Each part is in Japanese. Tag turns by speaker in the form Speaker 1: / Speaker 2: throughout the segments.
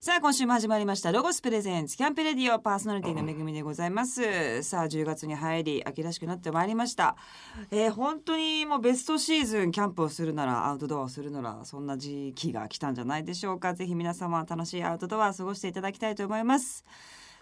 Speaker 1: さあ今週も始まりましたロゴスプレゼンツキャンプレディオパーソナリティの恵みでございますさあ10月に入り秋らしくなってまいりました、えー、本当にもうベストシーズンキャンプをするならアウトドアをするならそんな時期が来たんじゃないでしょうかぜひ皆様楽しいアウトドアを過ごしていただきたいと思います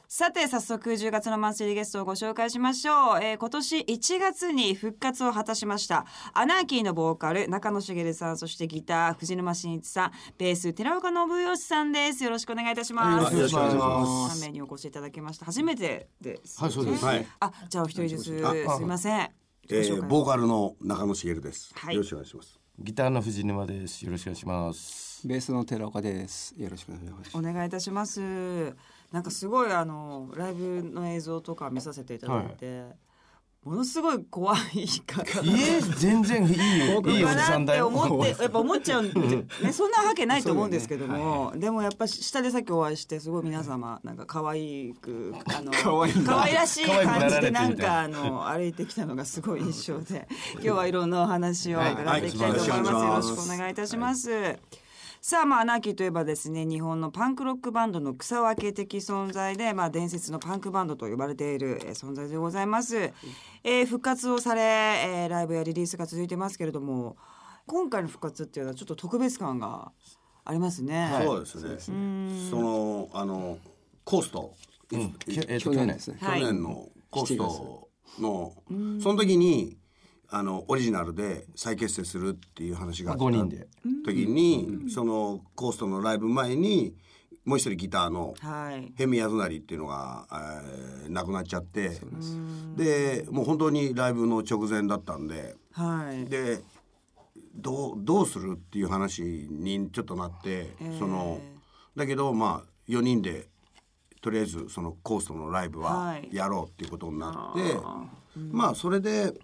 Speaker 1: さて早速10月のマンスリーゲストをご紹介しましょう、えー今年1月に復活を果たしましたアナーキーのボーカル中野茂さんそしてギター藤沼真一さんベース寺岡信義さんですよろしくお願いいたします
Speaker 2: はいよろしくお願いし
Speaker 1: 三
Speaker 2: ます
Speaker 1: 名にお越しいただきました初めてですよね
Speaker 2: はいそうですはい
Speaker 1: あじゃあお一人ずつす
Speaker 2: あはい
Speaker 1: みません
Speaker 2: えー、ボーカルの中野茂です、
Speaker 1: はい
Speaker 2: よろしくお願いします
Speaker 3: ギターの藤沼です。よろしくお願いします。
Speaker 4: ベースの寺岡です。よろしくお願いします。
Speaker 1: お願いいたしますなんかすごいあのライブの映像とか見させていただいて、ものすごい怖い方
Speaker 3: いえ、全然いいよ。いいお
Speaker 1: か
Speaker 3: じさ
Speaker 1: なんっ
Speaker 3: だ
Speaker 1: て
Speaker 3: よ。
Speaker 1: 思ってやっぱ思っちゃうんで、ね、そんなわけないと思うんですけども、でもやっぱ下でさっきお会いしてすごい皆様なんか可愛くあの可愛いらしい感じでなんかあの歩いてきたのがすごい印象で今日はいろんなお話を伺っていきたいと思います、
Speaker 2: はい
Speaker 1: よろしくお願いいたします。さあまあアナーキーといえばですね日本のパンクロックバンドの草分け的存在で、まあ、伝説のパンクバンドと呼ばれているえー存在でございます、えー復活をされ、えーライブやリリースが続いてますけれども今回の復活っていうのはちょっと特別感がありますね、
Speaker 2: そうですねそのあのコースト、
Speaker 3: うんきえっ
Speaker 4: 去
Speaker 3: と
Speaker 4: 年ですね。
Speaker 1: はい
Speaker 2: 去年のコース
Speaker 4: 7
Speaker 2: トのその時にあのオリジナルで再結成するっていう話があった
Speaker 3: 五人で
Speaker 2: 時に、そのコーストのライブ前にもう一人ギターの
Speaker 1: はい
Speaker 2: ヘミヤズナリっていうのが、えー亡くなっちゃってでもう本当にライブの直前だったんで
Speaker 1: はい
Speaker 2: でどうどうするっていう話にちょっとなって、そのだけどまあ4人でとりあえずそのコーストのライブ
Speaker 1: は
Speaker 2: はいやろうっていうことになって、まあそれで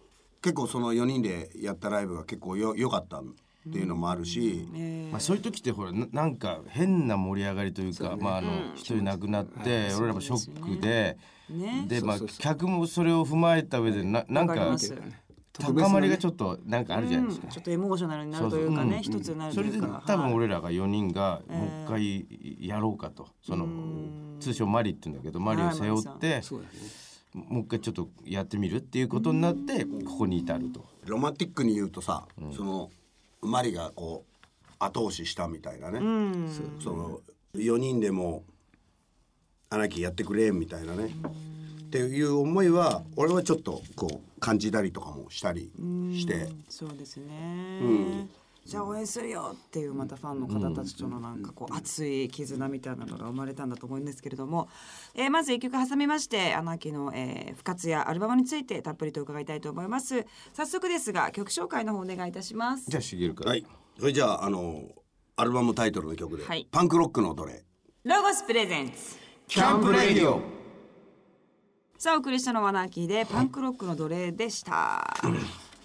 Speaker 2: 結構その4人でやったライブが結構よ良かったっていうのもあるし、
Speaker 3: まあそういう時ってほらななんか変な盛り上がりというか、まああの一、人亡くなって、俺らもショックで、
Speaker 1: ね
Speaker 3: でまあ客もそれを踏まえた上でななん
Speaker 1: わかり
Speaker 3: か
Speaker 1: ます
Speaker 4: 特別な
Speaker 3: 高
Speaker 4: ね
Speaker 3: まりがちょっとなんかあるじゃないですか。
Speaker 1: ちょっとエモーショナルになるというかね一つになる
Speaker 3: そ
Speaker 1: と
Speaker 3: れ
Speaker 1: い
Speaker 3: で
Speaker 1: うか
Speaker 3: 多分
Speaker 1: はい
Speaker 3: 俺らが4人がもう一回やろうかと、その通称マリって言うんだけどマリを背負って
Speaker 4: そうだね。
Speaker 3: もう一回ちょっとやってみるっていうことになってここに至ると。
Speaker 2: ロマンティックに言うとさ、そのマリがこう後押ししたみたいなね、その4人でも「アナキーやってくれ」みたいなね、っていう思いは俺はちょっとこう感じたりとかもしたりして、
Speaker 1: そうですね、じゃあ応援するよっていうまたファンの方たちとのなんかこう熱い絆みたいなのが生まれたんだと思うんですけれども、えーまず一曲挟みましてあの秋の、えー復活やアルバムについてたっぷりと伺いたいと思います早速ですが曲紹介の方お願いいたします
Speaker 3: じゃあ茂から。
Speaker 2: はいそれじゃああのアルバムタイトルの曲で「
Speaker 1: はい
Speaker 2: パンクロックの奴隷
Speaker 1: ロゴスプレゼンツ」
Speaker 2: キャンプレディオ
Speaker 1: さあお送りしたのはアナーキーでパンクロックの奴隷でした。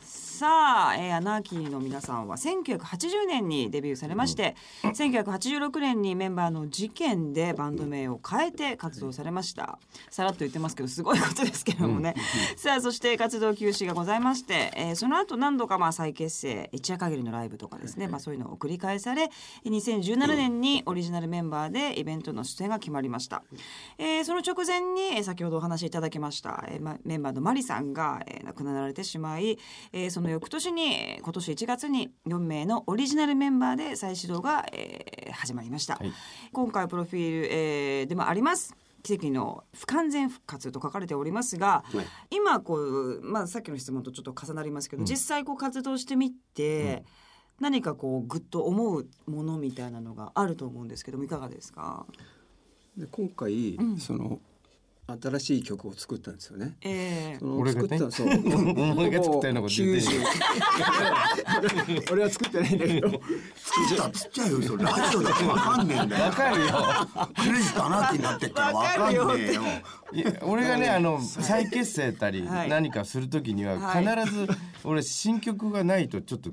Speaker 1: さあ、えーアナーキーの皆さんは1980年にデビューされまして、1986年にメンバーの事件でバンド名を変えて活動されましたさらっと言ってますけどすごいことですけどもね、さあそして活動休止がございまして、えーその後何度かまあ再結成一夜限りのライブとかですね、まあ、そういうのを繰り返され2017年にオリジナルメンバーでイベントの出演が決まりました、えーその直前にえー先ほどお話しいただきました、えーまメンバーのマリさんが、えー亡くなられてしまい、えーその翌年にえー今年1月に4名のオリジナルメンバーで再始動が、えー始まりました、
Speaker 3: い
Speaker 1: 今回プロフィール、えーでもあります奇跡の不完全復活と書かれておりますが、
Speaker 2: はい
Speaker 1: 今こう、まあ、さっきの質問とちょっと重なりますけど、実際こう活動してみて、何かこうぐっと思うものみたいなのがあると思うんですけどもいかがですか、
Speaker 4: で今回、その新しい曲を作ったんですよね。
Speaker 1: え
Speaker 4: その
Speaker 3: 俺がね
Speaker 4: 作ったそう。
Speaker 3: お前が作ったようなこと言ってんの
Speaker 4: 90 俺は作ってないんだけど。
Speaker 2: 作ったっつっちゃうよそれラジオだってわかんねえんだよ
Speaker 3: わかるよ。
Speaker 2: クレジットアナーキーになってっからわかんねえよ
Speaker 3: いや俺がねあの再結成たり
Speaker 1: はい
Speaker 3: 何かする時には
Speaker 1: はい
Speaker 3: 必ず俺新曲がないとちょっと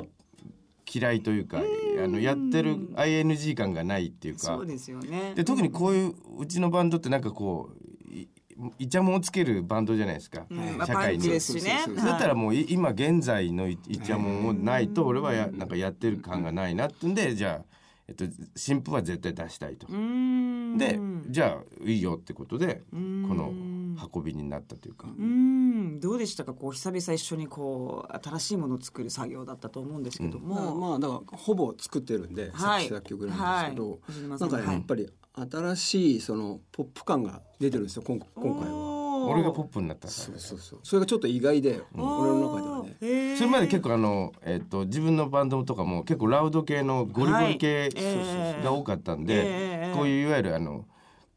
Speaker 3: 嫌いというかあのやってる ING 感がないっていう
Speaker 1: そ
Speaker 3: か
Speaker 1: うですよね
Speaker 3: で特にこういううちのバンドってなんかこういいちゃもんをつけるバンドじゃないですか
Speaker 1: うんまあ
Speaker 3: 社
Speaker 1: パ
Speaker 3: 会
Speaker 1: ンチ
Speaker 3: に
Speaker 1: で。すしね
Speaker 4: そうそうそう
Speaker 3: だったらもうい今現在のいいちゃもんをないと俺はやなんかやってる感がないなってんでじゃあえっと、新譜は絶対出したいと
Speaker 1: う。ん
Speaker 3: で
Speaker 1: う
Speaker 3: じゃあいいよってことでこ
Speaker 1: ん
Speaker 3: の運びになったというか。
Speaker 1: んどうでしたかこう久々一緒にこう新しいものを作る作業だったと思うんですけど
Speaker 4: まあ
Speaker 1: も、
Speaker 4: まあだからほぼ作ってるんで、
Speaker 1: はい
Speaker 4: 作詞作曲なんですけど、
Speaker 1: はい
Speaker 4: なんかね
Speaker 1: はい
Speaker 4: やっぱり新しいそのポップ感が出てるんですよ今今回は。
Speaker 1: おー
Speaker 3: 俺がポップになったから
Speaker 4: そうそうそう。それがちょっと意外で、俺の中ではね。
Speaker 1: おーへー
Speaker 3: それまで結構あの、えっと自分のバンドとかも結構ラウド系のゴリゴリ
Speaker 1: は
Speaker 3: 系
Speaker 1: いえー
Speaker 3: が多かったんで、
Speaker 1: えー
Speaker 3: こういういわゆるあの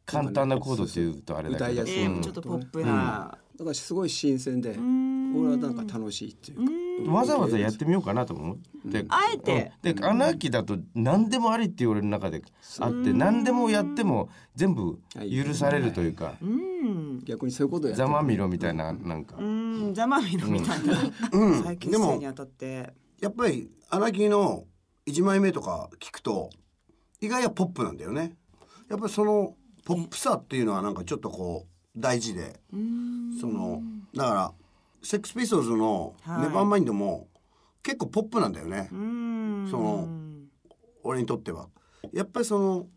Speaker 3: 簡単なコードっていうとあれだけど、
Speaker 4: 歌い
Speaker 1: え
Speaker 4: やすい
Speaker 1: ー
Speaker 3: うん
Speaker 1: ちょっとポップな、
Speaker 4: だからすごい新鮮で、
Speaker 1: ん
Speaker 4: 俺はなんか楽しいっていうか。
Speaker 3: わざわざやってみようかなと思って、
Speaker 1: あえて
Speaker 3: うんで穴あきだと何でもありっていう俺の中であって何でもやっても全部許されるというか
Speaker 1: うん
Speaker 4: 逆にそういうことやって
Speaker 3: ざ
Speaker 4: る。
Speaker 3: まみろみたいななんか
Speaker 1: うんざまみろみたいな、
Speaker 2: うん
Speaker 1: 再結
Speaker 2: で
Speaker 1: 成
Speaker 2: も
Speaker 1: にあたって
Speaker 2: やっぱり荒木の1枚目とか聞くと意外やポップなんだよねやっぱりそのポップさっていうのはなんかちょっとこう大事でそのだからセックスピストルズの「
Speaker 1: はい
Speaker 2: ネバーマインド」も結構ポップなんだよね
Speaker 1: うん
Speaker 2: その俺にとってはやっぱりその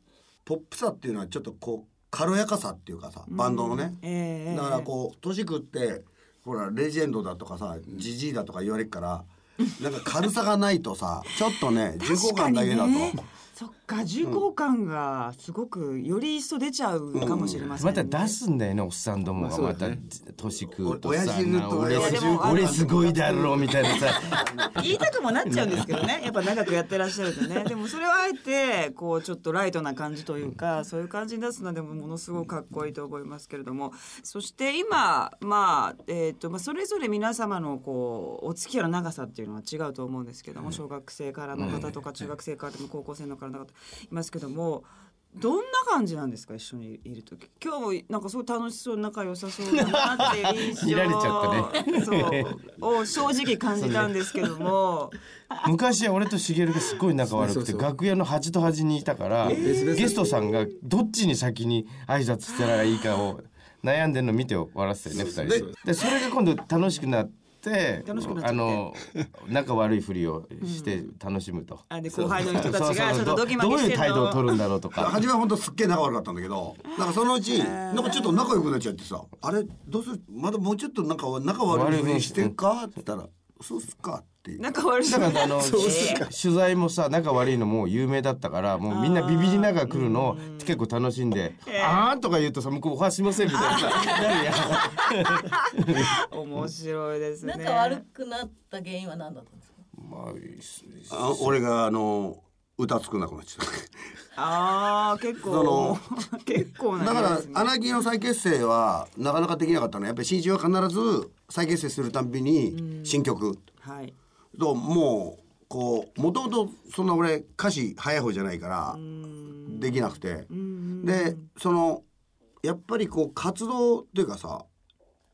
Speaker 2: ポップさっていうのはちょっとこう軽やかさっていうかさバンドのね
Speaker 1: えー
Speaker 2: だからこう年食ってほらレジェンドだとかさジジイだとか言われるからなんか軽さがないと さちょっとね重厚
Speaker 1: 確か
Speaker 2: 感
Speaker 1: に
Speaker 2: だけだと、
Speaker 1: ねそっか重厚感がすごくより一層出ちゃうかもしれません
Speaker 3: ま
Speaker 1: ね、
Speaker 3: た出すんだよねおっさんども
Speaker 4: まあ
Speaker 3: が
Speaker 4: そう
Speaker 3: ま
Speaker 4: だ
Speaker 3: た
Speaker 4: ね
Speaker 3: 年食うと
Speaker 2: お
Speaker 3: さ
Speaker 2: 親父のと
Speaker 3: 俺
Speaker 1: いやでも
Speaker 3: 俺すごいだろうみたいなさ
Speaker 1: 言いたくもなっちゃうんですけどねやっぱ長くやってらっしゃるとねでもそれをあえてこうちょっとライトな感じというかそういう感じに出すのはでもものすごくかっこいいと思いますけれどもそして今まあえっ、とまあそれぞれ皆様のこうお付き合いの長さっていうのは違うと思うんですけども小学生からの方とか中学生からでも高校生の方の方いますけども。どんな感じなんですか一緒にいる時今日もなんかすごい楽しそう仲良さそうだなっていう印象
Speaker 3: 見られちゃった ね
Speaker 1: そ うを正直感じたんですけども、
Speaker 3: 昔は俺と茂がすごい仲悪くて
Speaker 4: そうそうそう
Speaker 3: 楽屋の端と端にいたからゲ
Speaker 4: 別々
Speaker 3: ストさんがどっちに先に挨拶したらいいかを悩んでるの見て終わらせてね二人ででそれが今度楽しくなって
Speaker 1: 楽しくなっちゃって
Speaker 3: あの仲悪いふりをして楽しむと。
Speaker 1: あで後輩の人た
Speaker 3: そう
Speaker 1: ちがち
Speaker 3: そ
Speaker 1: ょ
Speaker 3: う
Speaker 1: っと
Speaker 3: ど
Speaker 1: ドキマキ
Speaker 3: どう
Speaker 1: し
Speaker 3: いう
Speaker 1: て
Speaker 3: 態
Speaker 1: る
Speaker 3: 度を
Speaker 1: の
Speaker 3: 取るんだろう とか
Speaker 2: 初めは本当すっげえ仲悪かったんだけどなんかそのうちなんかちょっと仲良くなっちゃってさ「あれどうするまだもうちょっとなんか仲悪いふりしてんか?」って言ったら「そうっすか」っていう
Speaker 1: 仲悪い
Speaker 3: だからあの
Speaker 1: そうっすか
Speaker 3: 取材もさ仲悪いのもう有名だったからもうみんなビビりながら来るのを結構楽しんで「あーん」とか言うとさ向こう「おはしません」みたいなさなるやん
Speaker 1: 面白いですね
Speaker 5: 仲悪くなった原因は何だったんですか。
Speaker 3: まあいいっすね
Speaker 2: あ俺があの歌作んなくなっちゃ った。
Speaker 1: あー結
Speaker 2: そ
Speaker 1: 構
Speaker 2: の
Speaker 1: 結構な
Speaker 2: だか
Speaker 1: 量
Speaker 2: ら
Speaker 1: です、ね
Speaker 2: アナギーの再結成はなかなかできなかったのはやっぱり CG は必ず再結成するたんびに新曲
Speaker 1: はい
Speaker 2: ともうこうもともとそんな俺歌詞早い方じゃないからできなくてでそのやっぱりこう活動というかさ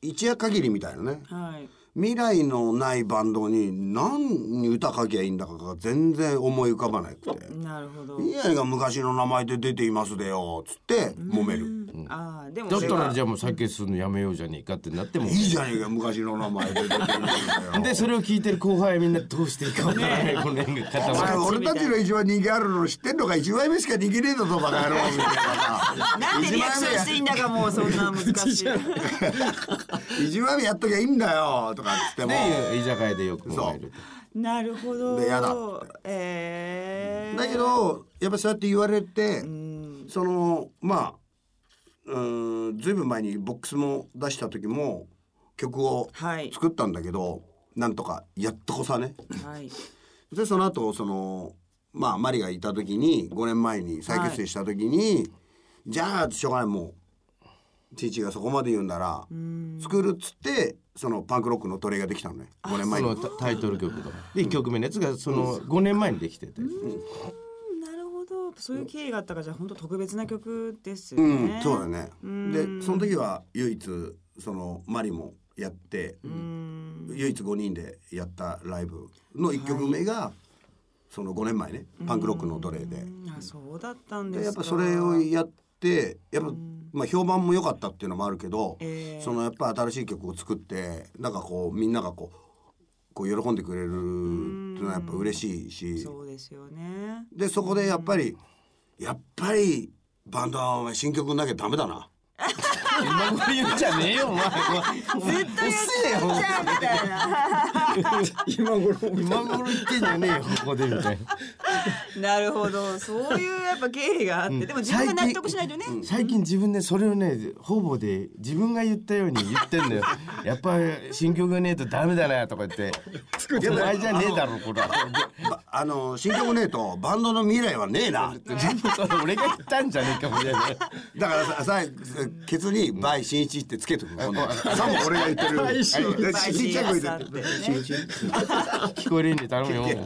Speaker 2: 一夜限りみたいなね
Speaker 1: はい
Speaker 2: 未来のないバンドに何に歌書きゃいいんだかが全然思い浮かばなくて。
Speaker 1: なるほど
Speaker 2: いいやいが昔の名前で出ていますでよつって揉める。
Speaker 1: あーでも
Speaker 3: だっ
Speaker 1: それ
Speaker 3: たら
Speaker 1: は
Speaker 3: じゃあもう再結するのやめようじゃねえかってなっても
Speaker 2: いいじゃねえか昔の名前で出てるんだよ
Speaker 3: でそれを聞いてる後輩みんなどうしていいかわからないこの辺が固
Speaker 2: お
Speaker 3: ま
Speaker 2: 前
Speaker 3: る
Speaker 2: 俺たちの一番人気あるの知ってんのか一枚目しか人気ねえだぞバカ野郎みたいなさ
Speaker 1: なんでリアクションしていいんだかもうそんな難しい
Speaker 2: 一枚目やっときゃいいんだよとかっつっても
Speaker 3: で居酒屋でよく飲める
Speaker 1: なるほど
Speaker 2: でやだ
Speaker 1: えー、
Speaker 2: だけどやっぱそうやって言われてそのまあうーんずいぶん前にボックスも出した時も曲を
Speaker 1: はい
Speaker 2: 作ったんだけどなんとかやっとこさね
Speaker 1: はい
Speaker 2: でその後そのまあマリがいた時に5年前に再結成した時に、じゃあしょうがないもう父がそこまで言うんなら作るっつってそのパンクロックのトレイができたのね5年
Speaker 3: そ
Speaker 2: 前
Speaker 3: の
Speaker 2: に。
Speaker 3: タタイトル曲とかで1曲目のやつがその5年前にできてて
Speaker 1: なるほどそういう経緯があったからじゃあ本当特別な曲ですよ
Speaker 2: う
Speaker 1: ね、
Speaker 2: ん、そうだね
Speaker 1: ん
Speaker 2: でその時は唯一そのマリもやって
Speaker 1: うん
Speaker 2: 唯一5人でやったライブの1曲目が、その5年前ねパンクロックのトレイで。
Speaker 1: あそうだったんです
Speaker 2: で
Speaker 1: か
Speaker 2: やっぱそれをやってやっぱ、まあ、評判も良かったっていうのもあるけど、
Speaker 1: ええ
Speaker 2: そのやっぱ新しい曲を作ってなんかこうみんながこうこう喜んでくれるっていうのはやっぱ嬉しいし
Speaker 1: そうですよね。
Speaker 2: でそこでやっぱりやっぱりバンドはお前新曲なきゃダメだな
Speaker 3: 今頃言うんじゃねえよお前
Speaker 1: ずっと言っ
Speaker 3: えよ
Speaker 1: ちゃうみたいな。
Speaker 4: 今頃
Speaker 3: 今頃言ってんじゃねえよここでみたいな
Speaker 1: なるほど、そういうやっぱ経緯があって、でも自分が納得しないとね。
Speaker 3: 最近自分でそれをね方々で自分が言ったように言ってんだよやっぱ新曲がねえとダメだなとか 言ってお前じゃねえだろこれは
Speaker 2: ばあの新曲ねえとバンドの未来はねえな
Speaker 3: それ俺が言ったんじゃねえかもしれない
Speaker 2: だからささケツに「バイ新一」ってつけとく今度さも俺が言ってる
Speaker 4: バイ新一
Speaker 2: でちっちゃく言
Speaker 1: さ
Speaker 2: っ
Speaker 1: ん
Speaker 2: て
Speaker 1: って
Speaker 2: る
Speaker 1: ね
Speaker 3: 聞こえるんで頼むよ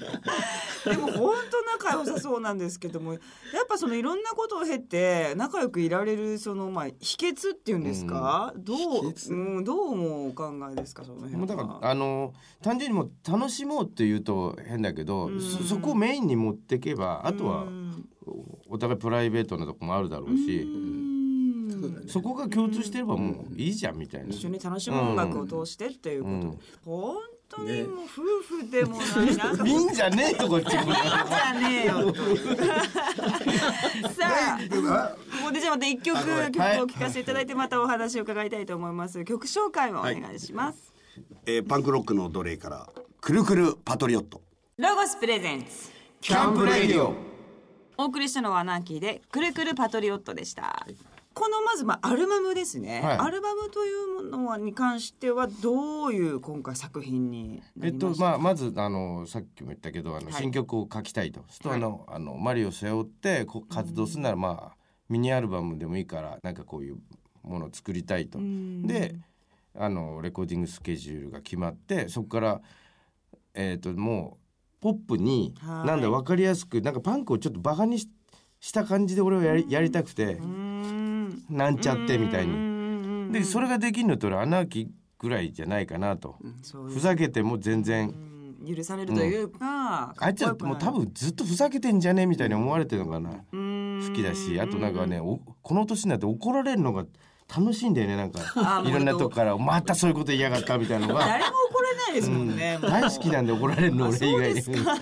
Speaker 1: でも本当仲良さそうなんですけどもやっぱそのいろんなことを経て仲良くいられるそのまあ秘訣っていうんですか、どう、うん、どうもお考えですかその辺
Speaker 3: も
Speaker 1: は
Speaker 3: うだからあの単純にもう楽しもうっていうと変だけど、そそこをメインに持っていけばあとは
Speaker 1: うん
Speaker 3: おお互いプライベートなとこもあるだろうし、
Speaker 1: うん
Speaker 3: そこが共通してればもういいじゃんみたいな。
Speaker 1: 一緒に楽しむ音楽を通してっていうことで、本当に
Speaker 3: うん
Speaker 1: もう夫婦でも ないなんか
Speaker 3: いいんじゃねえとこっちも
Speaker 1: じゃねえ よという。さあ、ここでじゃあまた一曲
Speaker 2: はい
Speaker 1: 曲を聴かせていただいてまたお話を伺いたいと思います。曲紹介もお願いします。
Speaker 2: えーパンクロックの奴隷から「くるくるパトリオット
Speaker 1: ロゴスプレゼンツ。
Speaker 3: キャンプレイディオ
Speaker 1: お送りしたのはナンキーでくるくるパトリオットでした。このまずまあアルバムですね、
Speaker 3: はい
Speaker 1: アルバムというものに関してはどういう今回作品にな
Speaker 3: え
Speaker 1: り
Speaker 3: っと
Speaker 1: ました、
Speaker 3: まあまずあのさっきも言ったけどあの、
Speaker 1: はい
Speaker 3: 新曲を書きたいと。そうするとあのあのマリを背負ってこう活動するならまあミニアルバムでもいいからなんかこういうものを作りたいと。
Speaker 1: ん
Speaker 3: であのレコーディングスケジュールが決まってそこからえっ、ともうポップに
Speaker 1: はい
Speaker 3: なんだ分かりやすくなんかパンクをちょっとバカにしした感じで俺はやりやりたくて
Speaker 1: うーん
Speaker 3: なんちゃってみたいう
Speaker 1: ー
Speaker 3: に。
Speaker 1: ん
Speaker 3: でそれができるのと俺アナーキーぐらいじゃないかなと。
Speaker 1: そうで
Speaker 3: ふ
Speaker 1: す
Speaker 3: ざけても全然
Speaker 1: うん許されるというか、
Speaker 3: あいつはもう多分ずっとふざけてんじゃねえみたいに思われてるのかな
Speaker 1: 好
Speaker 3: 好きだしあとなんかねおこの年になって怒られるのが楽しいんだよねなん
Speaker 1: あ
Speaker 3: か
Speaker 1: ー
Speaker 3: いろんなとこから「またそういうこと言いやがった」みたいなのが
Speaker 1: 誰も怒れないですもんね、もう
Speaker 3: 大好きなんで怒られるの
Speaker 1: あ
Speaker 3: 俺以外に。
Speaker 1: そ
Speaker 3: だか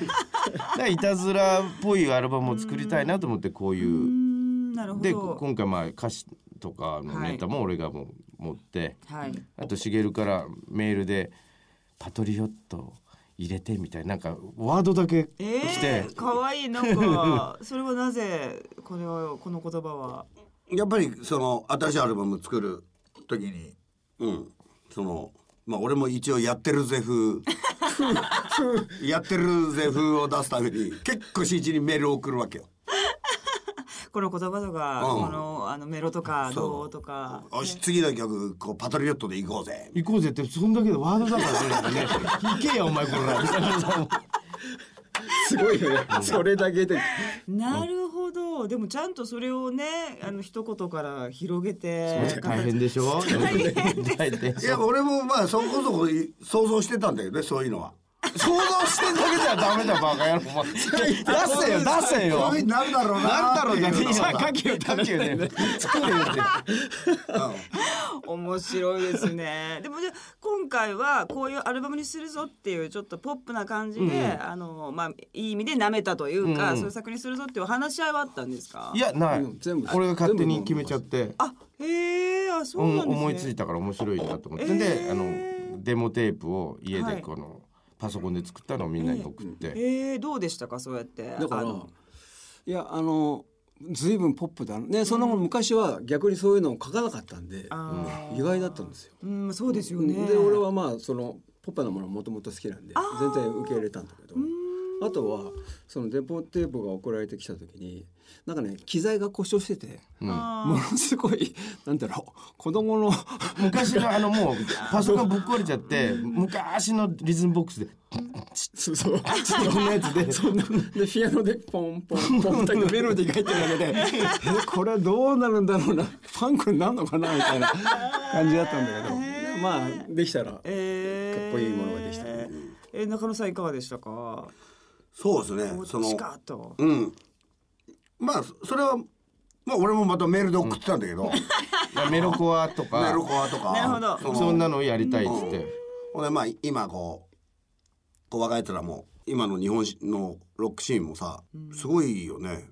Speaker 3: らいたずらっぽいアルバムを作りたいなと思ってこう
Speaker 1: うー
Speaker 3: いうん
Speaker 1: なるほ
Speaker 3: で
Speaker 1: ど
Speaker 3: 今回まあ歌詞とかのネタも俺がもう持って
Speaker 1: はい
Speaker 3: あとしげるからメールで「パトリオット入れて」みたいななんかワードだけ
Speaker 1: え
Speaker 3: 来て
Speaker 1: ー、。かわいいなん かそれはなぜこれはこの言葉は」
Speaker 2: やっぱりその新しいアルバム作る時にうんそのまあ俺も一応やってるぜ 風やってるぜ風を出すために結構新一にメールを送るわけよ。
Speaker 1: この言葉とか、
Speaker 2: うん
Speaker 1: このあのメロとか
Speaker 2: そう
Speaker 1: どうとか
Speaker 2: よし次の曲こうパトリオットで行こうぜ。
Speaker 3: 行こうぜってそんだけでワードだからねなんかね行けよお前これみたいなさ
Speaker 4: すごいよね。それだけで。、
Speaker 1: なるほどでもちゃんとそれをねあの一言から広げて
Speaker 3: 大変でしょ大変
Speaker 2: いや俺もまあそこそこ想像してたんだけどねそういうのは。
Speaker 3: 想像してんだけじゃダメだバカ野郎お前出せよ出せよ
Speaker 2: こういうなんだろうな
Speaker 3: なんだろう
Speaker 2: っていうの
Speaker 3: じゃ
Speaker 2: が
Speaker 3: あ書けよ書けよ ね作れよって
Speaker 1: 面白いですねでもじゃあ今回はこういうアルバムにするぞっていうちょっとポップな感じで、あのまあいい意味で舐めたというか、
Speaker 3: うん
Speaker 1: そういう作品にするぞっていう話し合いはあったんですか
Speaker 3: いやないう
Speaker 4: ん全部
Speaker 3: 俺が勝手に決めちゃって、
Speaker 1: あへえあそううなん
Speaker 3: ん
Speaker 1: ですね
Speaker 3: 思いついたから面白いなと思って、
Speaker 1: えー
Speaker 3: であのデモテープを家
Speaker 1: は
Speaker 3: で
Speaker 1: い
Speaker 3: この、パソコンで作ったのをみんなに送って、
Speaker 1: へえどうでしたかそうやって
Speaker 4: だ
Speaker 1: あ
Speaker 4: から
Speaker 1: の
Speaker 4: いやあの随分ポップだなねそんなもの昔は逆にそういうのを書かなかったんで
Speaker 1: あー
Speaker 4: 意外だったんですよ。
Speaker 1: うんそうですよね
Speaker 4: で俺はまあそのポップなものもともと好きなんで全体受け入れたんだけどあとはそのデポテープが送られてきた時になんかね機材が故障してても
Speaker 1: あ
Speaker 4: のすごいなんだろう子供の
Speaker 3: 昔のあのもうパソコンぶっ壊れちゃって昔のリズムボックスで
Speaker 4: そうそう
Speaker 3: こんなやつで
Speaker 4: そんなでピアノでポンポンポンってメロディーが入ってるだけでえこれはどうなるんだろうなパンクになるのかなみたいな感じだったんだけどでまあできたらかっ
Speaker 1: ーえー
Speaker 4: こいいものができた、
Speaker 1: えー中野さんいかがでしたか
Speaker 2: そうです
Speaker 1: お
Speaker 2: ね。
Speaker 1: う
Speaker 2: その
Speaker 1: チカッと
Speaker 2: うん。まあそそれはまあ俺もまたメールで送ってたんだけど、
Speaker 3: メロコアと
Speaker 2: メ
Speaker 3: か
Speaker 2: ロコアとか。
Speaker 1: なるほど
Speaker 2: の
Speaker 3: そんなのをやりたいっつって
Speaker 2: ほんでまあ今こうこう若いやつらも今の日本のロックシーンもさすごいよね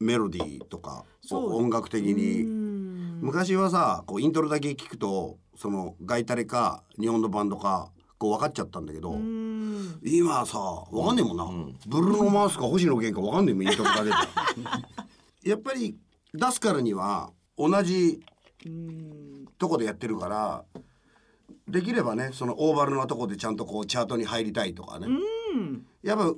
Speaker 2: メロディーとか
Speaker 1: そう
Speaker 2: 音楽的
Speaker 1: う
Speaker 2: に。
Speaker 1: ん
Speaker 2: 昔はさこうイントロだけ聞くとそのガイタレか日本のバンドかこう分かっちゃったんだけど
Speaker 1: うん
Speaker 2: 今さ分かんねえもんな、ブルーノ・マウスか星野源か分かんねえもんイントロだけで やっぱり出すからには同じとこでやってるからできればねそのオーバルのとこでちゃんとこうチャートに入りたいとかねやっぱ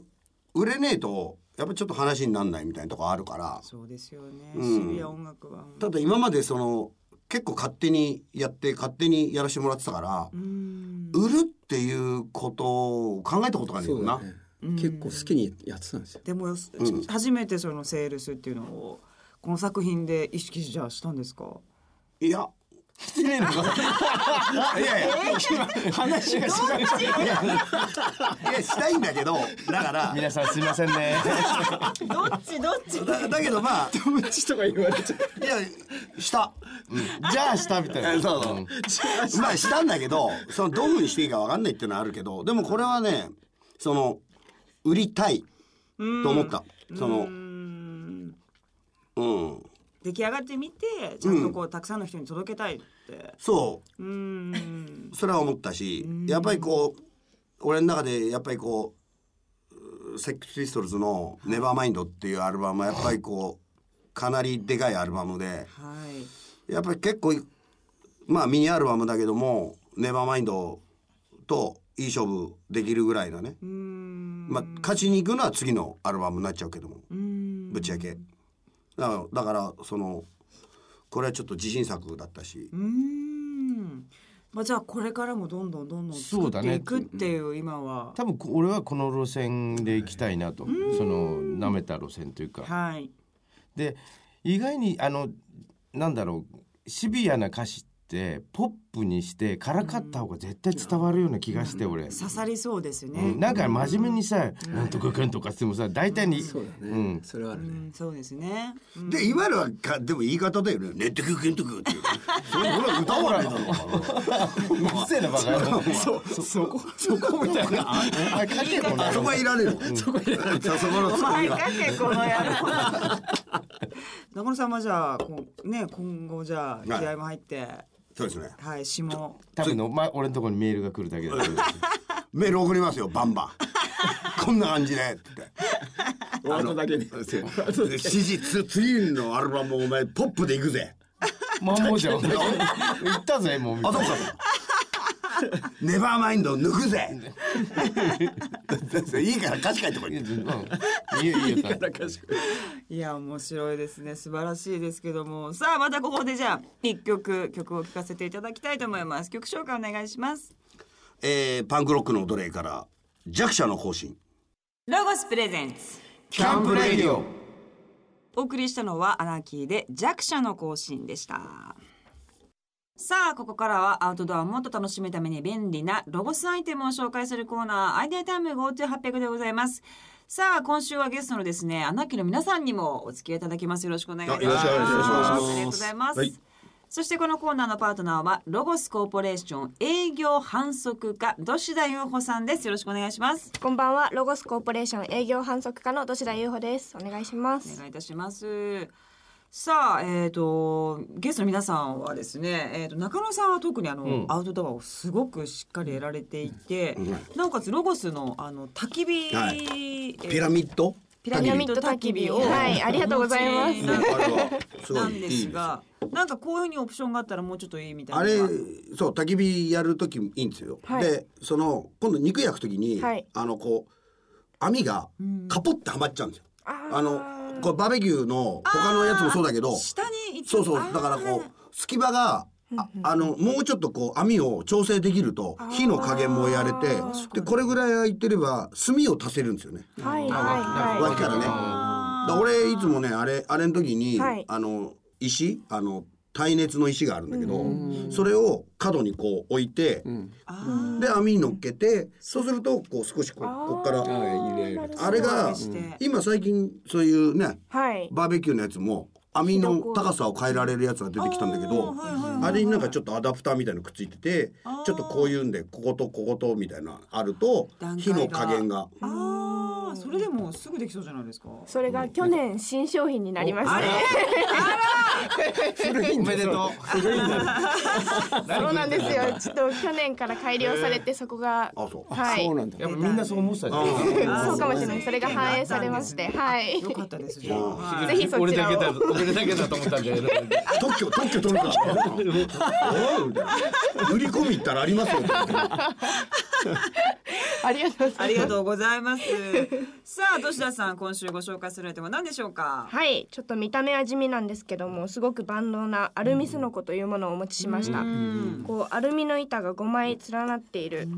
Speaker 2: 売れねえとやっぱちょっと話になんないみたいなとこあるから
Speaker 1: そうですよね、
Speaker 2: うん
Speaker 1: シビア音楽は
Speaker 2: ただ今までその結構勝手にやって勝手にやらせてもらってたから、
Speaker 1: うん
Speaker 2: 売るっていうことを考えたことがない
Speaker 4: そ
Speaker 2: よ
Speaker 4: う
Speaker 2: な、
Speaker 4: だね結構好きにやってたんですよ
Speaker 1: でも、初めてそのセールスっていうのをこの作品で意識じゃあしたんですか
Speaker 2: いや
Speaker 3: 来てねえ のか
Speaker 2: いやいや
Speaker 4: 話が
Speaker 2: いやしたいんだけどだから
Speaker 3: 皆さんすいません ね
Speaker 1: どっちどっ ち
Speaker 2: だだけどまあ
Speaker 4: 友達とか言われちゃう
Speaker 2: いやした
Speaker 3: じゃあしたみたいな
Speaker 2: そうそうんまあしたんだけどそのどういうふうにしていいか分かんないっていうのはあるけどでもこれはねその売りたいと思った、その
Speaker 1: うん
Speaker 2: うん
Speaker 1: 出来上がってみてちゃんとこうたくさんの人に届けたいって
Speaker 2: そう
Speaker 1: うーん
Speaker 2: それは思ったしやっぱりこう俺の中でやっぱりこううーセックスピストルズの「ネバーマインドっていうアルバムはやっぱりこうかなりでかいアルバムで
Speaker 1: はい
Speaker 2: やっぱり結構まあミニアルバムだけども「ネバーマインドといい勝負できるぐらいのね、
Speaker 1: うーん
Speaker 2: まあ、勝ちに行くのは次のアルバムになっちゃうけども
Speaker 1: うーん
Speaker 2: ぶっちゃけだからだからそのこれはちょっと自信作だったし
Speaker 1: うーんまあじゃあこれからもどんどんどんどん
Speaker 3: そ
Speaker 1: 作
Speaker 3: う
Speaker 1: っ
Speaker 3: だ
Speaker 1: て
Speaker 3: ね
Speaker 1: いくっていう今は
Speaker 3: 多分こ俺はこの路線で行きたいなとその舐めた路線というか
Speaker 1: はい
Speaker 3: で意外にあのなんだろうシビアな歌詞ってポップにしてからかった方が絶対伝わるような気がして俺
Speaker 1: 刺さりそうです
Speaker 3: う
Speaker 1: ね、
Speaker 3: んなんか真面目にさ「なんとかくん」とかしてもさ大体に
Speaker 4: そうだ
Speaker 3: う
Speaker 4: ね
Speaker 3: ん
Speaker 4: それはある
Speaker 1: う
Speaker 4: ね
Speaker 1: んそうですね、うん
Speaker 2: で今のはかでも言い方だよね「ネットキューケントキュー」っていう それ俺は歌わないだ ろ
Speaker 3: うっせえなバカ野郎
Speaker 4: そうそこそこみたいな
Speaker 3: あ書けこの
Speaker 2: あそこはいられるそこいられるそこの
Speaker 1: お
Speaker 2: ツッコミ
Speaker 1: 前
Speaker 2: は
Speaker 1: かけこの野郎中野さんはじゃあこんね今後じゃあ気合も入って
Speaker 2: そうですね
Speaker 1: はい詩も
Speaker 3: 多分ねお前俺のところにメールが来るだけだけど
Speaker 2: メール送りますよバンバンこんな感じでって
Speaker 4: ワードだけで
Speaker 2: 指示つ次のアルバムお前ポップでいくぜ
Speaker 3: まんもじゃん行ったぜもうみた
Speaker 2: あ
Speaker 3: い
Speaker 2: そ
Speaker 3: な
Speaker 2: うかネバーマインド抜くぜ いいから歌詞書いてこい
Speaker 3: うんいいよいいよ
Speaker 1: いや面白いですね素晴らしいですけどもさあまたここでじゃあ一曲曲を聴かせていただきたいと思います曲紹介お願いします
Speaker 2: えーパンクロックの奴隷から弱者の行進
Speaker 1: ロゴスプレゼンツ
Speaker 3: キャンプレイディオ
Speaker 1: お送りしたのはアナーキーで弱者の更新でしたさあここからはアウトドアをもっと楽しむために便利なロゴスアイテムを紹介するコーナーアイデアタイム GoTo800 でございますさあ今週はゲストのですねアナーキーの皆さんにもお付き合いいただきますよろしくお願いいたします
Speaker 2: よろしくお願いします
Speaker 1: ありがとうございます、そしてこのコーナーのパートナーはロゴスコーポレーション営業販促課土師田優穂さんですよろしくお願いします
Speaker 6: こんばんは、ロゴスコーポレーション営業販促課の土田優穂です。お願いしま
Speaker 1: お
Speaker 6: す。
Speaker 1: 願いいたします。さあ、えっ、と、ゲストの皆さんはですね、えっ、と、中野さんは特にあの、
Speaker 3: ん
Speaker 1: アウトドアをすごくしっかり得られていて。なおかつ、ロゴスの、あの、焚き火、
Speaker 2: はい
Speaker 1: えー
Speaker 2: ピラミッド
Speaker 1: ピラミッド焚き火を、
Speaker 6: はいありがとうございま
Speaker 1: お
Speaker 6: す
Speaker 1: 持ちな
Speaker 2: あれはすごい
Speaker 1: なんで
Speaker 2: いい
Speaker 1: す
Speaker 2: です
Speaker 1: が、なんかこういうふうにオプションがあったら、もうちょっといいみたいな。
Speaker 2: あれそう焚き火やる時もいいんですよ、
Speaker 6: はい
Speaker 2: でその今度肉焼く時に、
Speaker 6: はい
Speaker 2: あのこう網がカポってはまっちゃうんですよ、
Speaker 6: あー
Speaker 2: あのこれバーベキューの他のやつもそうだけど
Speaker 1: 下に行っ
Speaker 2: そうそうだからこう隙間がああのもうちょっとこう網を調整できると火の加減もやれてでこれぐらい空いてれば炭を足せるんですよね
Speaker 6: はいはいは
Speaker 2: 脇からね。だから俺いつもねあれあれの時に、
Speaker 6: はい
Speaker 2: あの石あの耐熱の石があるんだけどそれを角にこう置いて、で網に乗っけてそうするとこう少しこうこっから
Speaker 4: あ
Speaker 2: あ
Speaker 4: 入れる
Speaker 2: れ
Speaker 1: そう
Speaker 2: が
Speaker 1: して
Speaker 2: 今最近そういうね
Speaker 6: い。はい。
Speaker 2: バーベキューのやつも網の高さを変えられるやつが出てきたんだけどあれになんかちょっとアダプターみたいのくっついててちょっとこういうんでこことこことみたいなあると
Speaker 1: 段階
Speaker 2: 火
Speaker 1: が
Speaker 2: の加減が
Speaker 1: ああ、それでもすぐできそうじゃないですか。
Speaker 6: それが去年新商品になりました。
Speaker 3: おめでと
Speaker 6: そうなんですよ。ちょっと去年から改良されてそこが
Speaker 2: あそう
Speaker 6: はい
Speaker 4: そうなんだ
Speaker 3: う。やっぱみんなそう思ってたじゃん。
Speaker 6: そうかもしれない。それが反映されまして、はい。
Speaker 1: よ
Speaker 6: ぜ
Speaker 1: かったです。じゃあはい
Speaker 6: ひそち
Speaker 3: 俺だ
Speaker 6: ら
Speaker 3: けだ
Speaker 6: を。
Speaker 3: 俺だけだと思ったんじゃない
Speaker 2: 特許特許取るからおうみたいな売り込み行ったらありますよみたいな
Speaker 6: ありがとうござ
Speaker 1: あ
Speaker 6: い
Speaker 1: り
Speaker 6: ます。
Speaker 1: がとうございます。さあ、どしださん、今週ご紹介するアイテムは何でしょうか。
Speaker 6: はい、ちょっと見た目は地味なんですけども、すごく万能なアルミすのこというものをお持ちしました。こうアルミの板が5枚連なっている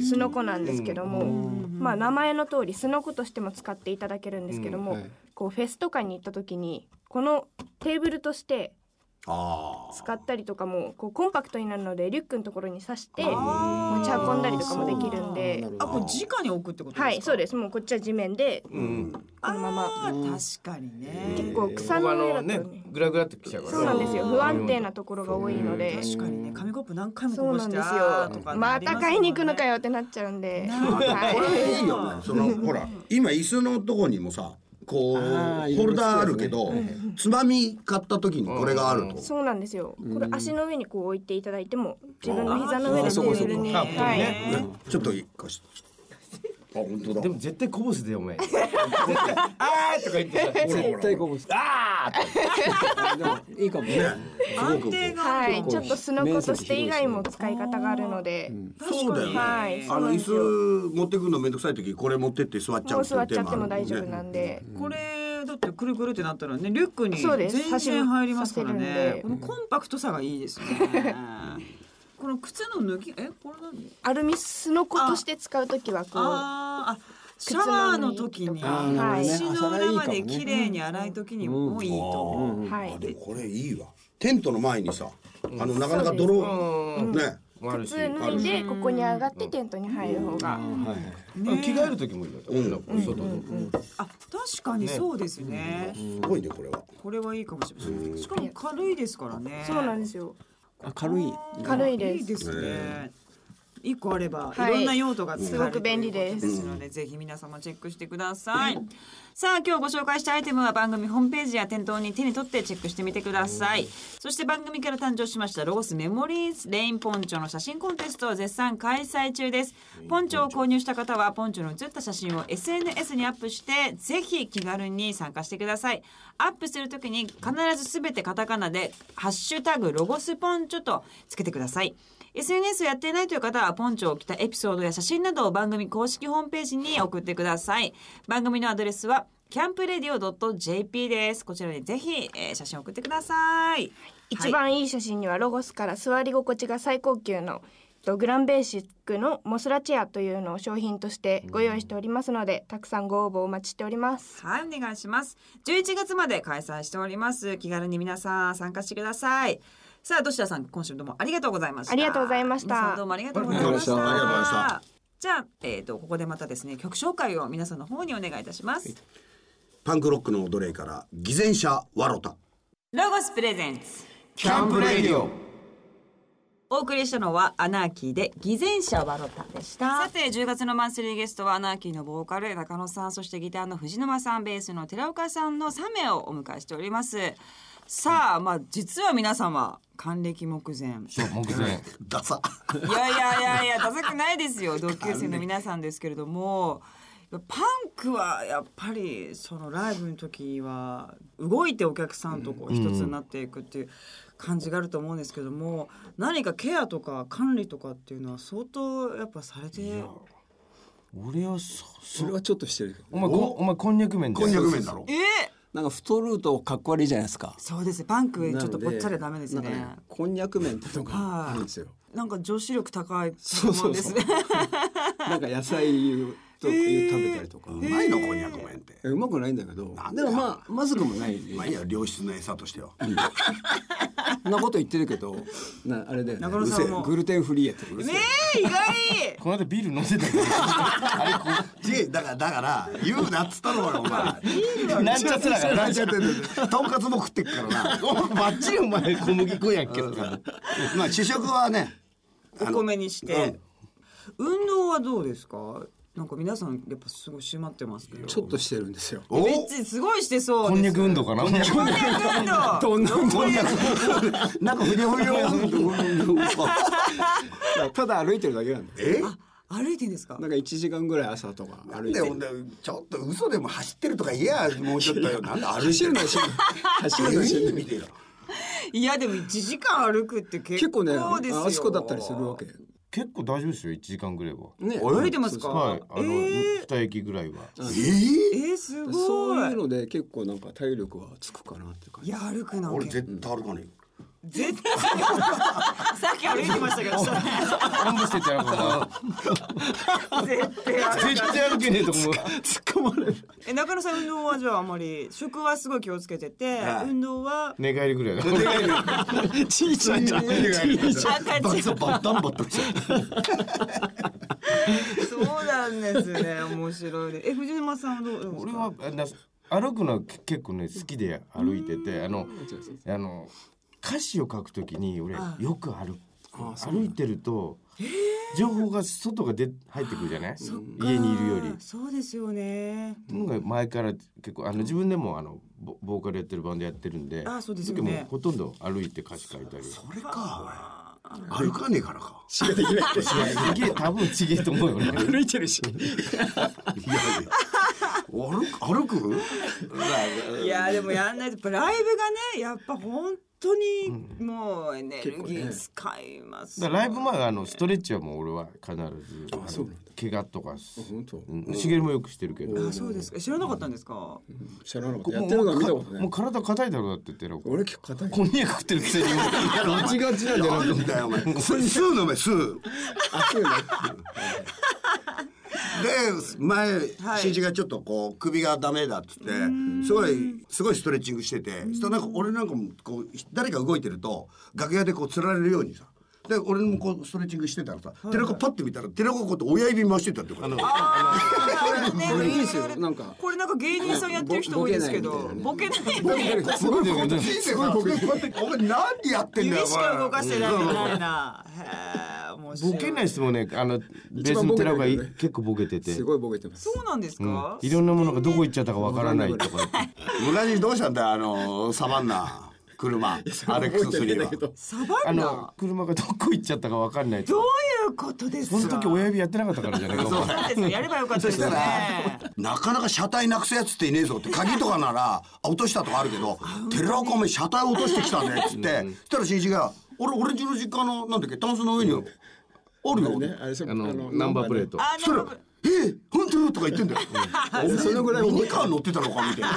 Speaker 6: すのこなんですけども、まあ名前の通りすのことしても使っていただけるんですけども、
Speaker 4: うんはい
Speaker 6: こうフェスとかに行った時にこのテーブルとして
Speaker 2: あ
Speaker 6: 使ったりとかもこうコンパクトになるのでリュックのところに挿して持ち運んだりとかもできるんで
Speaker 4: なるほど
Speaker 1: あ、これ直に置くってことですか。。
Speaker 6: はいそうですすもうこっちは地面で
Speaker 2: うん
Speaker 6: このまま
Speaker 1: あー、確かにね。
Speaker 6: 結構草の上だ
Speaker 3: の
Speaker 6: とね
Speaker 3: ねグラグラってきちゃうから
Speaker 6: そうなんですよ不安定なところが多いので
Speaker 1: 確かにね、紙コップ何回も
Speaker 6: そ
Speaker 1: こ
Speaker 6: う
Speaker 1: ぼ
Speaker 6: な
Speaker 1: し
Speaker 6: ん
Speaker 1: て
Speaker 6: で
Speaker 1: あー
Speaker 6: す
Speaker 1: と
Speaker 6: よ
Speaker 1: かね
Speaker 6: また買いに行くのか。よってなっちゃうんで
Speaker 2: これいい
Speaker 6: は
Speaker 2: よね。そのほら今椅子のとこにもさ、こう
Speaker 4: あー
Speaker 2: ホルダーあるけど、つまみ買った時にこれがあると
Speaker 6: い。そうなんですよこれ足の上にこう置いていただいても自分の膝の上
Speaker 4: あ
Speaker 6: で
Speaker 4: ー
Speaker 6: テ
Speaker 4: そうか
Speaker 6: ー
Speaker 4: そうか
Speaker 6: ブルに
Speaker 3: あここ
Speaker 6: は
Speaker 3: に
Speaker 6: い
Speaker 3: ね
Speaker 2: ねちょっと一回し。あ本当だ。
Speaker 3: でも絶対こぼすでお前絶対あーとか言ってさ
Speaker 4: 絶対こぼす。
Speaker 3: あーって
Speaker 4: でもいいかもね。
Speaker 1: 安定が。
Speaker 6: はいちょっとすのことして以外も使い方があるので
Speaker 2: そうだよね。
Speaker 6: はい
Speaker 2: あ
Speaker 6: そうな
Speaker 2: の
Speaker 6: ん
Speaker 2: 椅
Speaker 6: ですよ
Speaker 2: 子持ってくるのめんどくさい時これ持ってって座っちゃ
Speaker 6: も
Speaker 2: う
Speaker 6: う座っちゃっても大丈夫な
Speaker 2: ね
Speaker 6: んで
Speaker 1: これだってくるくるってなったらねリュックに
Speaker 6: そうです
Speaker 1: 全然入りますから
Speaker 6: 差し入れ
Speaker 1: ね
Speaker 6: で
Speaker 1: このコンパクトさがいいですね この靴の脱ぎえこれ何
Speaker 6: アルミすのことして使うときはこう
Speaker 1: あーあシャワーの時に
Speaker 6: 靴の
Speaker 4: 脱ぎとかはい
Speaker 1: 足の裏まで
Speaker 4: あそれいいかもね
Speaker 1: 綺麗に洗い時にもいいと思う、
Speaker 6: は
Speaker 2: あ
Speaker 6: い
Speaker 2: でもこれいいわ。テントの前にさ、あのなかなか泥ね。
Speaker 3: あるし
Speaker 6: 靴脱いでここに上がってテントに入る方が
Speaker 3: うん着替える時もいいよ
Speaker 2: うん
Speaker 3: 外の
Speaker 1: あ確かにそうですね
Speaker 2: すごいねこれは。
Speaker 1: これはいいかもしれない、しかも軽いですからね
Speaker 6: そうなんですよ
Speaker 4: あ軽い。
Speaker 6: 軽いです
Speaker 1: いいですね一個あればい
Speaker 6: はい
Speaker 1: ろんな用途が使える、
Speaker 6: すごく便利です
Speaker 1: ということのでぜひ皆様チェックしてください、さあ今日ご紹介したアイテムは番組ホームページや店頭に手に取ってチェックしてみてください、そして番組から誕生しましたロゴスメモリーズレインポンチョの写真コンテストを絶賛開催中ですポンチョを購入した方はポンチョの写った写真を SNS にアップしてぜひ気軽に参加してくださいアップするときに必ずすべてカタカナでハッシュタグロゴスポンチョとつけてください SNS をやっていないという方はポンチョを着たエピソードや写真などを番組公式ホームページに送ってください番組のアドレスはキャンプレディオ .jp ですこちらにぜひ、えー写真を送ってください
Speaker 6: 一番いい写真にはロゴスから座り心地が最高級のドグランベーシックのモスラチェアというのを商品としてご用意しておりますのでたくさんご応募お待ちしております
Speaker 1: はい、お願いします。11月まで開催しております。気軽に皆さん参加してください。さあ、どしらさん、今週どうもありがとうございました。
Speaker 6: ありがとうございました
Speaker 1: 皆さんどうもありがとうございました。
Speaker 4: ありが
Speaker 2: とうございました
Speaker 1: じゃあ、えっ、と、ここでまたですね、曲紹介を皆さんの方にお願いいたします。
Speaker 2: パンクロックの奴隷から偽善者ワロタ。
Speaker 1: ロゴスプレゼンツ。
Speaker 3: キャンプレディオ
Speaker 1: お送りしたのはアナーキーで偽善者ワロタでしたさて10月のマンスリーゲストはアナーキーのボーカル中野さんそしてギターの藤沼さんベースの寺岡さんの3名をお迎えしておりますさあまあ実は皆様還暦目前
Speaker 3: そう目前
Speaker 2: ダサ。
Speaker 1: いやいやいやいやダサくないですよ同級生の皆さんですけれどもパンクはやっぱりそのライブの時は動いてお客さんとこう一つになっていくっていう感じがあると思うんですけども何かケアとか管理とかっていうのは相当やっぱされて
Speaker 3: 俺はそ
Speaker 4: それはちょっとしてるけど。
Speaker 3: お前こお前こんにゃく麺じゃん
Speaker 2: こんにゃく麺だろ
Speaker 1: え。
Speaker 4: なんか太るとかっこ悪いじゃないですか。
Speaker 1: そうですパンクちょっとぽっちゃり
Speaker 4: り
Speaker 1: ダメですね
Speaker 4: こんにゃく麺ってのがあるんですよ。
Speaker 1: なんか女子力高いと
Speaker 4: そう
Speaker 1: 思うん
Speaker 4: そう
Speaker 1: で
Speaker 4: そ
Speaker 1: す
Speaker 4: う
Speaker 1: ね。
Speaker 4: なんか野菜をという食べたりとか。
Speaker 2: うまいのこんにゃく麺って。
Speaker 4: えうまくないんだけど
Speaker 2: なん。だ
Speaker 4: でもまあまずくもないね。
Speaker 2: まあいいや良質の餌としては。
Speaker 4: そんなこと言ってるけ どなあれだよ、ね、
Speaker 1: 中野さんも
Speaker 4: うるせえグルテンフリーやってる
Speaker 1: ねえ意外
Speaker 3: この間ビール飲んでたから。あれこ
Speaker 2: 違うだからだから言うなっつったのよお前
Speaker 3: うなんちゃってだから。
Speaker 2: 何やってんだよとんかつも食ってっからな
Speaker 3: お前バッチリお前小麦粉やっけとか。
Speaker 2: まあ主食はねあ
Speaker 1: お
Speaker 2: の
Speaker 1: 米にして、運動はどうですかなんか皆さんやっぱすごい締まってますけど
Speaker 4: ちょっとしてるんですよ
Speaker 2: お
Speaker 1: めっちゃすごいしてそう
Speaker 3: こんにゃく運
Speaker 1: 動
Speaker 3: 動かな。こんにゃく運
Speaker 4: ど
Speaker 3: 動。
Speaker 4: んな運動
Speaker 1: こんにゃく
Speaker 2: なんかふにゃふにゃ
Speaker 4: ただ歩いてるだけなんだよ
Speaker 2: え
Speaker 1: 歩いてんですか
Speaker 4: なんか1時間ぐらい朝とか
Speaker 2: な
Speaker 4: 歩
Speaker 2: ん
Speaker 4: いて
Speaker 2: で
Speaker 4: る
Speaker 2: ほんでちょっと嘘でも走ってるとか言え やもうちょっとよなんで歩い
Speaker 4: 走
Speaker 2: て
Speaker 4: る
Speaker 2: る
Speaker 4: の
Speaker 2: の
Speaker 4: しんどい走るのしん
Speaker 2: 走
Speaker 4: どい
Speaker 2: る見てよ
Speaker 1: いやでも1時間歩くって結
Speaker 4: 結
Speaker 1: 構
Speaker 4: 構ね
Speaker 1: ですよ
Speaker 4: あそこだったりするわけ
Speaker 3: 結構大丈夫ですよ一時間ぐらいは。
Speaker 4: ね
Speaker 1: 歩いてますか
Speaker 3: はいあの
Speaker 1: え
Speaker 3: 二駅ぐらいは。
Speaker 2: え
Speaker 1: ー、
Speaker 2: ー
Speaker 1: えー、すごい
Speaker 4: そういうので結構なんか体力はつくかなっていう感
Speaker 1: い
Speaker 4: じ
Speaker 1: や歩くな
Speaker 2: 俺絶対歩かねえ
Speaker 1: 絶対さっき歩いてましたけ ど
Speaker 3: おんぶしてたよこの。
Speaker 1: 絶対歩 く
Speaker 3: 絶対歩けねえと思
Speaker 4: 突
Speaker 3: う。
Speaker 4: っ込まれる
Speaker 1: え中野さん運動はじゃああんまり食はすごい気をつけてて、
Speaker 2: はい
Speaker 1: 運動は
Speaker 3: 寝返りぐらいだ。
Speaker 4: ちいちゃいじゃん
Speaker 1: 赤ちゃ
Speaker 2: バ
Speaker 1: ん
Speaker 2: ツバッタンバッタンし
Speaker 1: そうなんですね面白いねえ藤沼さんはどうどうです
Speaker 3: 俺
Speaker 1: か
Speaker 3: はあな歩くのはけ結構ね好きで歩いててあのあの歌詞を書くときに俺よく歩く歩いてると情報が外が出入ってくるじゃない家にいるより
Speaker 1: あー。そうですよね
Speaker 3: なんか前から結構あの自分でもあのボボーカルやってるバンドやってるんで
Speaker 1: あそうですよね
Speaker 3: 時もほとんど歩いて歌詞書いたり
Speaker 2: これかおい歩かねえからか
Speaker 4: しかできない
Speaker 3: すげえ多分ちげえと思うよね
Speaker 4: 歩いてるし
Speaker 2: いやいや歩く歩く
Speaker 1: いやでもやんないとやっぱライブがねやっぱ本当にもうエネルギー使います
Speaker 3: だ
Speaker 1: よ、
Speaker 3: からライブ前はあのストレッチはもう俺は必ずあの
Speaker 4: そうなんだ
Speaker 3: 怪我とかす
Speaker 4: 本当
Speaker 3: うんしげるもよくしてるけど
Speaker 1: あそうですか知らなかったんですか、
Speaker 4: 知らなかったや
Speaker 3: も
Speaker 4: っ
Speaker 3: う
Speaker 4: てるのは見たことな
Speaker 3: もう
Speaker 4: い
Speaker 3: 体硬いだろうだって言ってる
Speaker 4: 俺結構硬い
Speaker 3: こんにゃく食ってるくせに
Speaker 4: ガチガチなんじゃな
Speaker 2: なんだよお前吸うのお前吸う
Speaker 4: 熱いの
Speaker 2: で前、
Speaker 1: はい
Speaker 2: 新一がちょっとこう首がダメだっつってすごいすごいストレッチングしててそしたらなんか俺なんかもこう誰か動いてると楽屋でこうつられるようにさで俺もこうストレッチングしてたらさ、寺子パッて見たら寺子こうやって親指回してたってこと
Speaker 1: あーね
Speaker 4: これいいですよなんか
Speaker 1: これなんか芸人さんやってる人多いですけどボ
Speaker 4: ボ
Speaker 1: ケない
Speaker 4: ボケる
Speaker 2: すごいこと人生がこうやってお前何やってんだよ
Speaker 1: 指しか動
Speaker 2: お
Speaker 1: かしてないみたいなへー面白い
Speaker 3: ボケない人 もねあのベース
Speaker 4: 番
Speaker 3: の
Speaker 4: ボケて
Speaker 3: 寺
Speaker 4: る
Speaker 3: が
Speaker 4: けどね
Speaker 3: 結構ボケてて
Speaker 4: すごいボケてます
Speaker 1: そうなんですか、
Speaker 3: いろんなものがどこ行っちゃったかわからない とか言って
Speaker 2: 前昔どうしたんだよあのサバンナ車アレックス3は
Speaker 1: サバ
Speaker 3: あ
Speaker 1: ン
Speaker 3: の
Speaker 1: ナ
Speaker 3: 車がどこ行っちゃったかわかんないと
Speaker 1: ど
Speaker 3: か
Speaker 1: ういうことですか
Speaker 3: その時親指やってなかったからじゃないかお前
Speaker 1: そうですよやればよかったです
Speaker 2: そしたら
Speaker 1: ね
Speaker 2: なかなか車体なくすやつっていねえぞって鍵とかならあ落としたとかあるけど寺岡お前車体落としてきたねっつってそしたら新一が「俺俺んちの実家のなんだっけタンスの上にあるよ」
Speaker 4: あれそ
Speaker 3: あのナンバープレート
Speaker 1: あ
Speaker 2: そしたら
Speaker 1: の
Speaker 2: 「えー本当?」とか言ってんだよ。俺
Speaker 4: そのぐらい
Speaker 2: ミニカー乗ってたのかみたいな。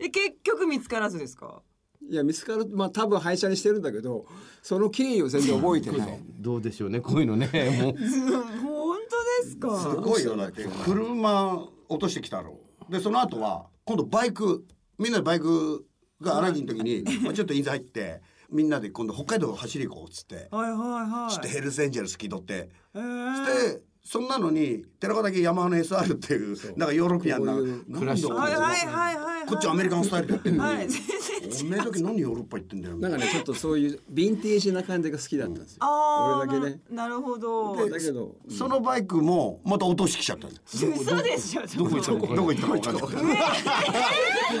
Speaker 1: え結局見つからずですか
Speaker 4: いや見つかるまあ多分廃車にしてるんだけどその経緯を全然覚えてない
Speaker 3: どうでしょうねこういうのねもう
Speaker 1: うん本当です
Speaker 2: す
Speaker 1: か
Speaker 2: ごいよだって車落としてきたろでその後は今度バイクみんなでバイクが荒木の時にまあちょっと印税入ってみんなで今度北海道走り行こうっつって
Speaker 1: はいはいはい
Speaker 2: ちょっとヘルスエンジェルス気取って
Speaker 1: えー
Speaker 2: でそんなのに寺子だけヤマハの SR っていうなんかヨーロピアンな
Speaker 4: こういう
Speaker 2: なんだ
Speaker 1: はいはいはい
Speaker 2: こ
Speaker 1: はいはい
Speaker 2: っちアメリカンスタイルでやってんの
Speaker 1: はい
Speaker 2: に
Speaker 1: 全然
Speaker 2: おめえだけ何ヨーロッパ行ってんだよみた
Speaker 4: ないん
Speaker 2: な
Speaker 4: かねちょっとそういうヴィンテージな感じが好きだったんですよ
Speaker 1: ああ
Speaker 4: 俺だけね
Speaker 1: ななるほど
Speaker 2: で
Speaker 4: だけど
Speaker 2: そのバイクもまた落としてきちゃったんだよ
Speaker 1: 嘘でしょど
Speaker 3: こ行ったの
Speaker 2: どこ行ったか分かんない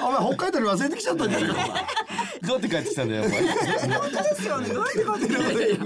Speaker 2: お前北海道に忘れてきちゃったんじゃないか
Speaker 3: どうやって帰ってきたんだよお前
Speaker 1: 本当ですよねどうやって買ってる
Speaker 4: いやいや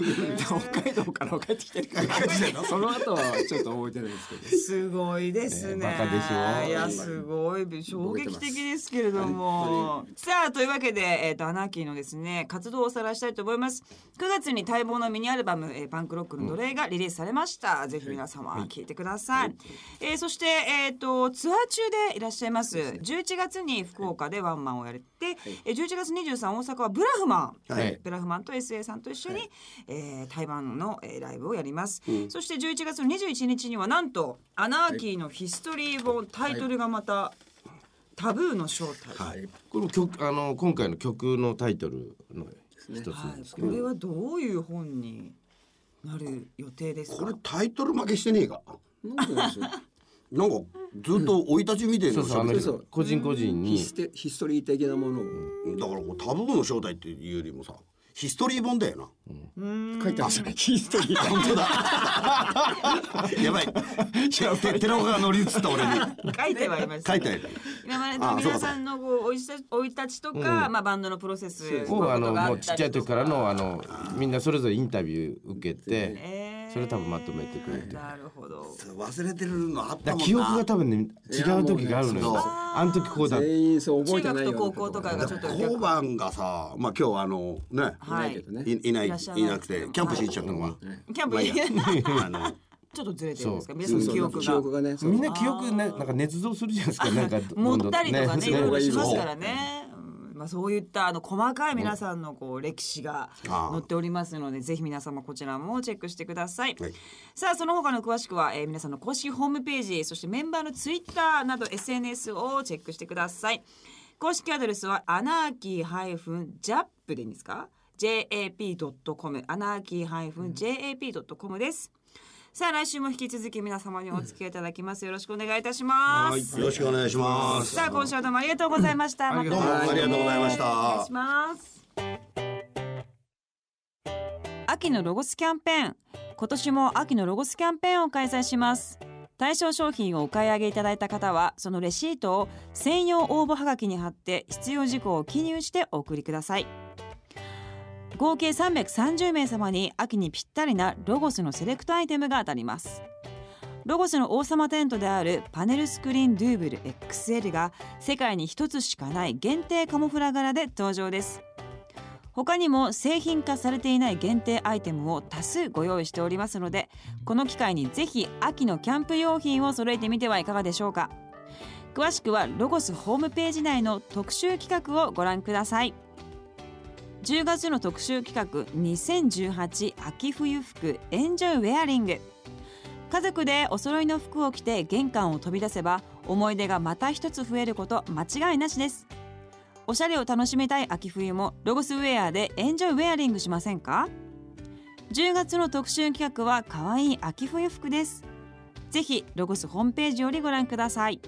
Speaker 4: 北海道から帰ってきてるからその後はちょっと覚えてないんですけど
Speaker 1: すごいですね。
Speaker 3: ねバカでしょ
Speaker 1: いやすごい衝撃的ですけれども。さあというわけでえっ、とアナーキーのですね活動をおさらいしたいと思います。9月に待望のミニアルバム、えー、パンクロックの奴隷がリリースされました。ぜひ皆様聞いてください。えーそしてえっ、とツアー中でいらっしゃいます。11月に福岡でワンマンをやれて、えー11月23大阪はブラフマン、
Speaker 2: はい
Speaker 1: ブラフマンと SA さんと一緒に、えー台湾の、えーライブをやります、そして11月の21日にはなんと「アナーキーのヒストリー本」タイトルがまたタブーの正体。は
Speaker 2: はい
Speaker 3: これも曲あの今回の曲のタイトルの一つなんです
Speaker 1: い。
Speaker 3: け
Speaker 1: こ
Speaker 3: ど、
Speaker 1: れはどういう本になる予定です
Speaker 2: こ
Speaker 1: か
Speaker 2: れ。タイトル負けしてねえか
Speaker 4: なんて言うんでしょう
Speaker 2: なんかずっと生い立ちみてえ
Speaker 3: そ
Speaker 2: の
Speaker 3: うそうあの
Speaker 2: 喋って
Speaker 4: そ
Speaker 2: た
Speaker 4: うそう
Speaker 3: 個人個人
Speaker 4: ヒ
Speaker 3: に
Speaker 4: ステヒストリー的なものを
Speaker 2: だからこうタブーの正体っていうよりもさヒストリー本だよな
Speaker 4: 書いてますねヒスト リー
Speaker 2: 本当だ やばいて寺岡が乗り移った俺に
Speaker 1: 書いてはいます。
Speaker 2: 書いてある
Speaker 1: 今までの皆さんのこうおいし生い立ちとか、まあバンドのプロセスこう
Speaker 3: を
Speaker 1: い
Speaker 3: あ
Speaker 1: うこ
Speaker 3: の
Speaker 1: とが
Speaker 3: も
Speaker 1: あ
Speaker 3: う
Speaker 1: っ
Speaker 3: ちったちゃ
Speaker 1: り
Speaker 3: い
Speaker 1: と
Speaker 3: 時
Speaker 1: か。
Speaker 3: からのあのみんなそれぞれインタビュー受けて、
Speaker 1: えー
Speaker 3: それ多分まとめてくれてる
Speaker 1: なるほど。
Speaker 2: 忘れてるのあった
Speaker 3: だか
Speaker 2: もんな
Speaker 3: ら記憶が多分ね違う時があるの
Speaker 2: いやもう
Speaker 3: よ
Speaker 2: ね
Speaker 3: あの時こうだ
Speaker 4: 全員そう覚
Speaker 1: 中
Speaker 4: え
Speaker 1: 学と
Speaker 4: てないよう
Speaker 1: 高
Speaker 4: な
Speaker 1: 校とかがちょっと
Speaker 2: 交
Speaker 1: 逆
Speaker 2: 番がさまあ今日あのね、
Speaker 1: はいい
Speaker 4: ないけ。どね
Speaker 2: い、いない
Speaker 1: い
Speaker 2: い
Speaker 1: らっしゃらない
Speaker 2: なくてキャンプしに行っちゃったのかな、
Speaker 1: キャンプに
Speaker 2: あの
Speaker 1: ちょっとずれてるんですか。皆さ
Speaker 4: そ
Speaker 1: ん
Speaker 4: う
Speaker 1: の
Speaker 4: そう
Speaker 1: 記憶
Speaker 4: 記憶
Speaker 1: が。
Speaker 4: がねそう
Speaker 3: みんな記憶ねなんか捏造するじゃないですかなんか
Speaker 1: 持ったりとかね、い
Speaker 3: どん
Speaker 1: ろ
Speaker 3: ど
Speaker 1: い
Speaker 3: ん
Speaker 1: ろし
Speaker 3: ね
Speaker 1: ますからね。うんまあそういったあの細かい皆さんのこう歴史が
Speaker 2: ああ
Speaker 1: 載っておりますので、ぜひ皆様こちらもチェックしてください。
Speaker 2: はい
Speaker 1: さあその他の詳しくは、えー皆さんの公式ホームページ、そしてメンバーのツイッターなど SNS をチェックしてください。公式アドレスはアナーキーハイフンジャップでいいんですか？jap.com アナーキーハイフン jap.com です。さあ来週も引き続き皆様にお付き合いいただきます。よろしくお願いいたします。
Speaker 2: はいよろしくお願いします
Speaker 1: さあ今週はどうもありがとうございました。また
Speaker 2: どうもありがとうございました、
Speaker 1: お願いします。秋のロゴスキャンペーン今年も秋のロゴスキャンペーンを開催します対象商品をお買い上げいただいた方はそのレシートを専用応募はがきに貼って必要事項を記入してお送りください合計330名様に秋にぴったりなロゴスのセレクトアイテムが当たりますロゴスの王様テントであるパネルスクリーンドゥーブル XL が世界に一つしかない限定カモフラ柄で登場です他にも製品化されていない限定アイテムを多数ご用意しておりますのでこの機会にぜひ秋のキャンプ用品を揃えてみてはいかがでしょうか詳しくはロゴスホームページ内の特集企画をご覧ください10月の特集企画2018秋冬服エンジョイウェアリング家族でお揃いの服を着て玄関を飛び出せば思い出がまた一つ増えること間違いなしですおしゃれを楽しみたい秋冬もロゴスウェアでエンジョイウェアリングしませんか10月の特集企画は可愛い秋冬服ですぜひロゴスホームページよりご覧ください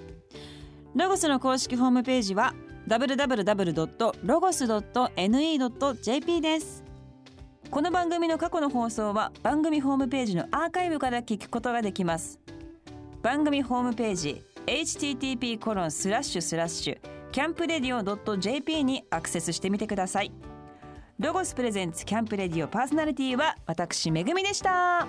Speaker 1: ロゴスの公式ホームページは www.logos.ne.jp ですこの番組の過去の放送は番組ホームページのアーカイブから聞くことができます番組ホームページ http コロンスラッシュスラッシュキャンプレディオ .jp にアクセスしてみてくださいロゴスプレゼンツキャンプレディオパーソナリティは私めぐみでした